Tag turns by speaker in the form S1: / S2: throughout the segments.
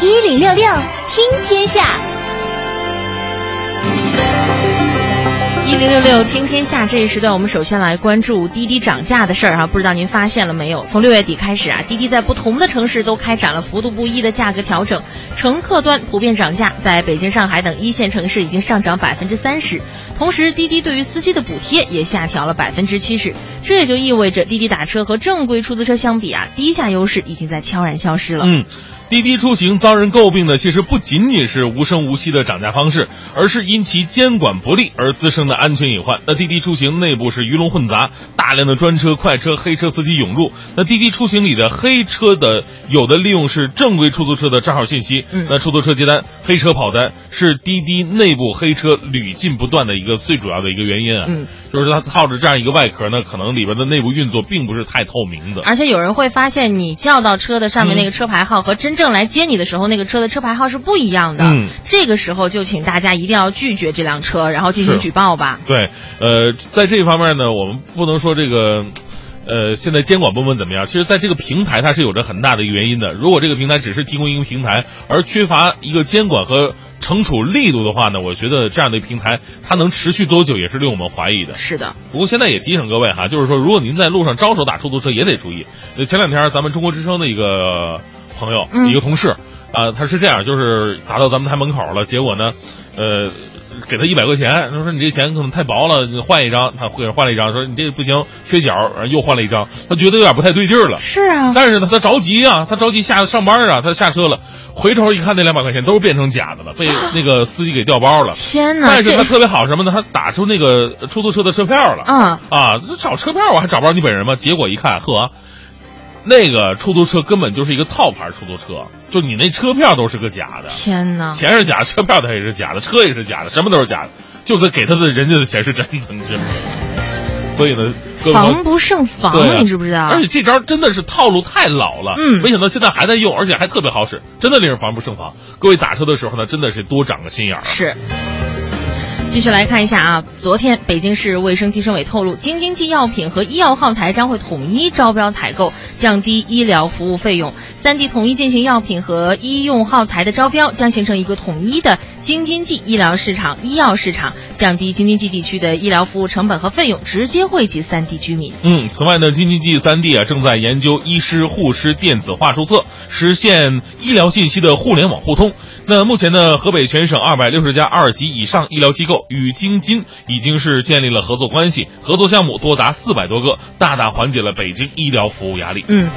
S1: 零六六听天下，
S2: 一零六六听天下这一时段，我们首先来关注滴滴涨价的事儿、啊、哈。不知道您发现了没有？从六月底开始啊，滴滴在不同的城市都开展了幅度不一的价格调整，乘客端普遍涨价，在北京、上海等一线城市已经上涨百分之三十。同时，滴滴对于司机的补贴也下调了百分之七十，这也就意味着滴滴打车和正规出租车相比啊，低价优势已经在悄然消失了。
S3: 嗯，滴滴出行遭人诟病的其实不仅仅是无声无息的涨价方式，而是因其监管不力而滋生的安全隐患。那滴滴出行内部是鱼龙混杂，大量的专车、快车、黑车司机涌入。那滴滴出行里的黑车的有的利用是正规出租车的账号信息，
S2: 嗯
S3: 那出租车接单、黑车跑单是滴滴内部黑车屡禁不断的一个最主要的一个原因啊。
S2: 嗯，
S3: 就是它套着这样一个外壳呢，可能里边的内部运作并不是太透明的。
S2: 而且有人会发现，你叫到车的上面那
S3: 嗯
S2: 个车牌号和真正来接你的时候那个车的车牌号是不一样的。
S3: 嗯，
S2: 这个时候就请大家一定要拒绝这辆车，然后进行
S3: 是
S2: 举报吧。
S3: 对，呃，在这方面呢，我们不能说这个。呃，现在监管部门怎么样？其实，在这个平台它是有着很大的一个原因的。如果这个平台只是提供一个平台，而缺乏一个监管和惩处力度的话呢，我觉得这样的一个平台它能持续多久也是令我们怀疑的。
S2: 是的，
S3: 不过现在也提醒各位哈，就是说，如果您在路上招手打出租车，也得注意。呃前两天咱们中国之声的一个朋友，
S2: 嗯
S3: 一个同事，啊、他是这样，就是打到咱们台门口了，结果呢，呃，给他一百块钱，他说你这钱可能太薄了，你换一张，他会换了一张，说你这不行，缺角，然后又换了一张，他觉得有点不太对劲儿了。
S2: 是啊，
S3: 但是呢，他着急啊，他着急下上班啊，他下车了，回头一看，那两百块钱都是变成假的了， 被那个司机给调包了。
S2: 天哪，
S3: 但是
S2: 这
S3: 他特别好什么呢？他打出那个出租车的车票了。
S2: 嗯，
S3: 啊，这找车票我还找不着你本人吗？结果一看，呵，那个出租车根本就是一个套牌出租车，就你那车票都是个假的，
S2: 天哪，
S3: 钱是假的，车票它也是假的，车也是假的，什么都是假的，就是给他的人家的钱是真的，你知道吗？所以呢，各位朋友
S2: 防不胜防，
S3: 对啊
S2: 你知不知道？
S3: 而且这招真的是套路太老了，
S2: 嗯
S3: 没想到现在还在用，而且还特别好使，真的令人防不胜防。各位打车的时候呢，真的是多长个心眼儿啊。
S2: 是。继续来看一下啊，昨天北京市卫生计生委透露，京津冀药品和医药耗材将会统一招标采购，降低医疗服务费用。三地统一进行药品和医用耗材的招标，将形成一个统一的京津冀医疗市场、医药市场，降低京津冀地区的医疗服务成本和费用，直接惠及三地居民。
S3: 嗯，此外呢，京津冀三地啊正在研究医师护师电子化注册，实现医疗信息的互联网互通。那目前呢，河北全省二百六十家二级以上医疗机构与京津已经是建立了合作关系，合作项目多达四百多个，大大缓解了北京医疗服务压力。
S2: 嗯。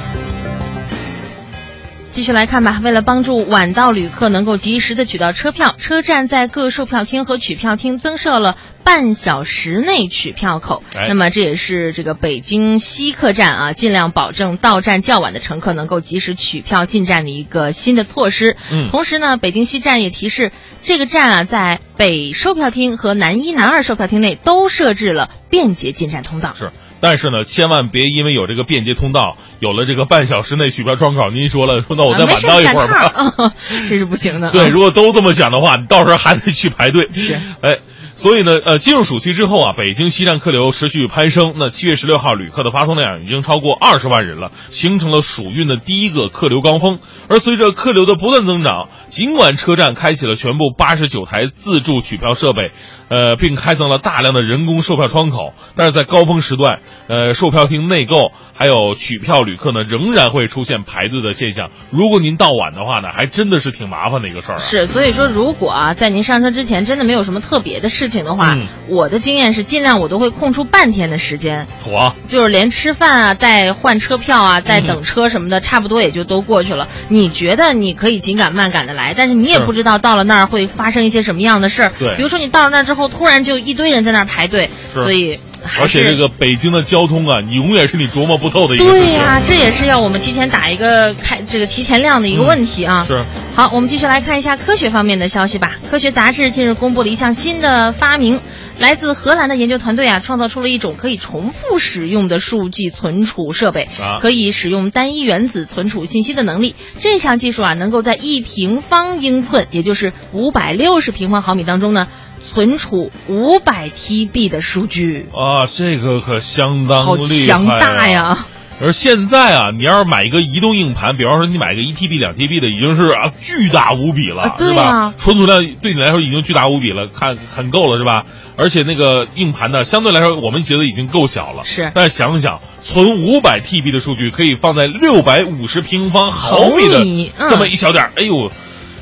S2: 继续来看吧，为了帮助晚到旅客能够及时的取到车票，车站在各售票厅和取票厅增设了半小时内取票口。
S3: 哎
S2: 那么这也是这个北京西客站啊，尽量保证到站较晚的乘客能够及时取票进站的一个新的措施。
S3: 嗯
S2: 同时呢，北京西站也提示这个站啊，在北售票厅和南一、南二售票厅内都设置了便捷进站通道。
S3: 是，但是呢，千万别因为有这个便捷通道，有了这个半小时内取票窗口，您说了，说哦那我再
S2: 啊没
S3: 晚
S2: 事
S3: 到一
S2: 赶
S3: 会儿吧。
S2: 趟儿，啊 这是不行的。
S3: 对，
S2: 嗯
S3: 如果都这么想的话，你到时候还得去排队。
S2: 是，
S3: 哎。所以呢，呃，进入暑期之后啊，北京西站客流持续攀升。那七月十六号旅客的发送量已经超过二十万人了，形成了暑运的第一个客流高峰。而随着客流的不断增长，尽管车站开启了全部八十九台自助取票设备，呃，并开增了大量的人工售票窗口，但是在高峰时段，呃，售票厅内购还有取票旅客呢，仍然会出现排队的现象。如果您到晚的话呢，还真的是挺麻烦的一个事儿啊。
S2: 是，所以说，如果啊，在您上车之前真的没有什么特别的事情的话，
S3: 嗯
S2: 我的经验是尽量我都会空出半天的时间，
S3: 妥啊。
S2: 就是连吃饭啊、带换车票啊、带
S3: 嗯
S2: 等车什么的，差不多也就都过去了。你觉得你可以紧赶慢赶的来，但是你也
S3: 是
S2: 不知道到了那儿会发生一些什么样的事儿。
S3: 对
S2: 比如说你到了那儿之后，突然就一堆人在那儿排队，
S3: 是
S2: 所以还
S3: 而且
S2: 是
S3: 这个北京的交通啊，你永远是你琢磨不透的一个事情。
S2: 对呀、这也是要我们提前打一个开这个提前量的一个
S3: 嗯
S2: 问题啊。
S3: 是。
S2: 好，我们继续来看一下科学方面的消息吧。科学杂志近日公布了一项新的发明，来自荷兰的研究团队啊，创造出了一种可以重复使用的数据存储设备，
S3: 啊
S2: 可以使用单一原子存储信息的能力。这项技术啊，能够在一平方英寸，也就是五百六十平方毫米当中呢，存储五百 TB 的数据，
S3: 啊，这个可相当
S2: 好
S3: 厉害、
S2: 强大呀！！
S3: 而现在啊，你要是买一个移动硬盘，比方说你买个一 TB、两 TB 的，已经是啊巨大无比了，
S2: 啊对
S3: 是
S2: 啊
S3: 吧？存储量对你来说已经巨大无比了，看很够了是吧？而且那个硬盘呢，相对来说我们觉得已经够小了，
S2: 是
S3: 但想想，存五百 TB 的数据可以放在六百五十平方毫米的
S2: 毫米嗯
S3: 这么一小点儿，哎呦，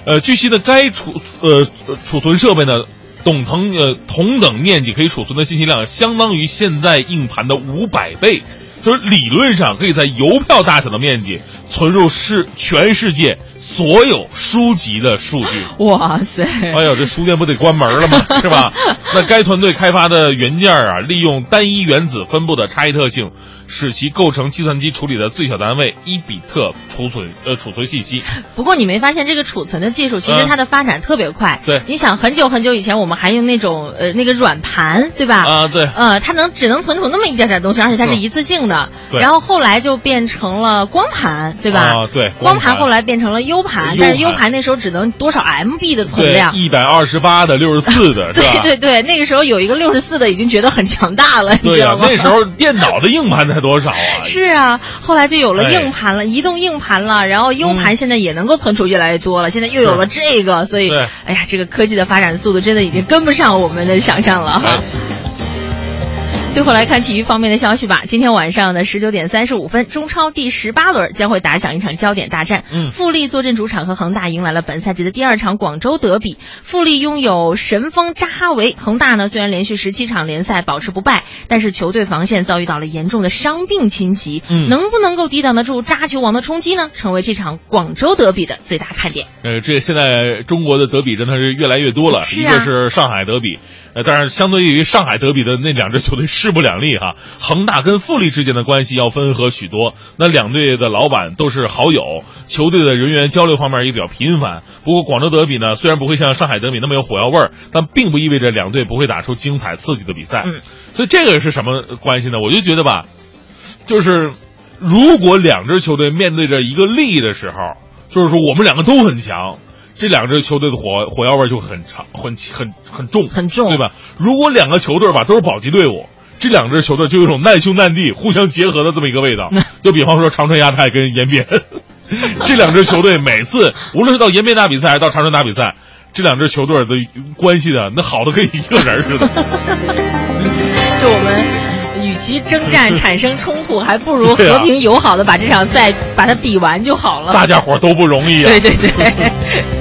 S3: 呃，据悉呢，该储呃储存设备呢。等同呃同等面积可以储存的信息量相当于现在硬盘的五百倍，就是理论上可以在邮票大小的面积存入世全世界所有书籍的数据。
S2: 哇塞，
S3: 哎呦，这书店不得关门了吗？是吧？那该团队开发的元件啊，利用单一原子分布的差异特性，使其构成计算机处理的最小单位一比特储存呃储存信息。
S2: 不过你没发现这个储存的技术，其实
S3: 嗯
S2: 它的发展特别快。
S3: 对
S2: 你想很久很久以前，我们还用那种呃那个软盘，对吧？
S3: 啊，对，
S2: 呃，它能只能存储那么一点点东西，而且它是
S3: 嗯
S2: 一次性的。
S3: 对
S2: 然后后来就变成了光盘，对吧？
S3: 啊对
S2: 光
S3: 光盘
S2: 后来变成了 U 盘，
S3: U
S2: 但是 U
S3: 盘
S2: 盘那时候只能多少 MB 的存
S3: 对
S2: 量，？
S3: 一百二十八的、六十 四的，是吧？
S2: 对对，那个时候有一个六十四的已经觉得很强大了，你
S3: 对
S2: 知
S3: 呀、
S2: 道吗？
S3: 那时候电脑的硬盘才多少啊？
S2: 是啊，后来就有了
S3: 哎嗯
S2: 硬盘了，移动硬盘了，然后 U 盘现在也能够存储越来越多了，现在又有了这个，所以
S3: 对
S2: 哎呀，这个科技的发展速度真的已经跟不上我们的想象了哈
S3: 哎。
S2: 最后来看体育方面的消息吧。今天晚上的十九点三十五分，中超第十八轮将会打响一场焦点大战。
S3: 嗯
S2: 富力坐镇主场和恒大迎来了本赛季的第二场广州德比。富力拥有神锋扎哈维，恒大呢虽然连续十七场联赛保持不败，但是球队防线遭遇到了严重的伤病侵袭。
S3: 嗯
S2: 能不能够抵挡得住扎球王的冲击呢？成为这场广州德比的最大看点。
S3: 呃，这现在中国的德比真的是越来越多了，
S2: 是
S3: 一
S2: 啊
S3: 个是上海德比，呃，当然相对于上海德比的那两支球队势不两立哈，恒大跟富力之间的关系要温和许多，那两队的老板都是好友，球队的人员交流方面也比较频繁。不过广州德比呢，虽然不会像上海德比那么有火药味儿，但并不意味着两队不会打出精彩刺激的比赛。
S2: 嗯，
S3: 所以这个是什么关系呢？我就觉得吧，就是如果两支球队面对着一个利益的时候，就是说我们两个都很强，这两支球队的火火药味就很长、很很很重、
S2: 很重
S3: 对吧？如果两个球队吧都是保级队伍。这两支球队就有一种难兄难弟、互相结合的这么一个味道。 就比方说长春亚泰跟延边， 这两支球队每次无论是到延边打比赛还是到长春打比赛，这两支球队的关系呢，那好的跟一个人似的。
S2: 就我们。与其征战产生冲突，还不如
S3: 对
S2: 和
S3: 啊
S2: 平友好的把这场赛把它比完就好了。
S3: 大家伙儿都不容易啊。
S2: 对对对。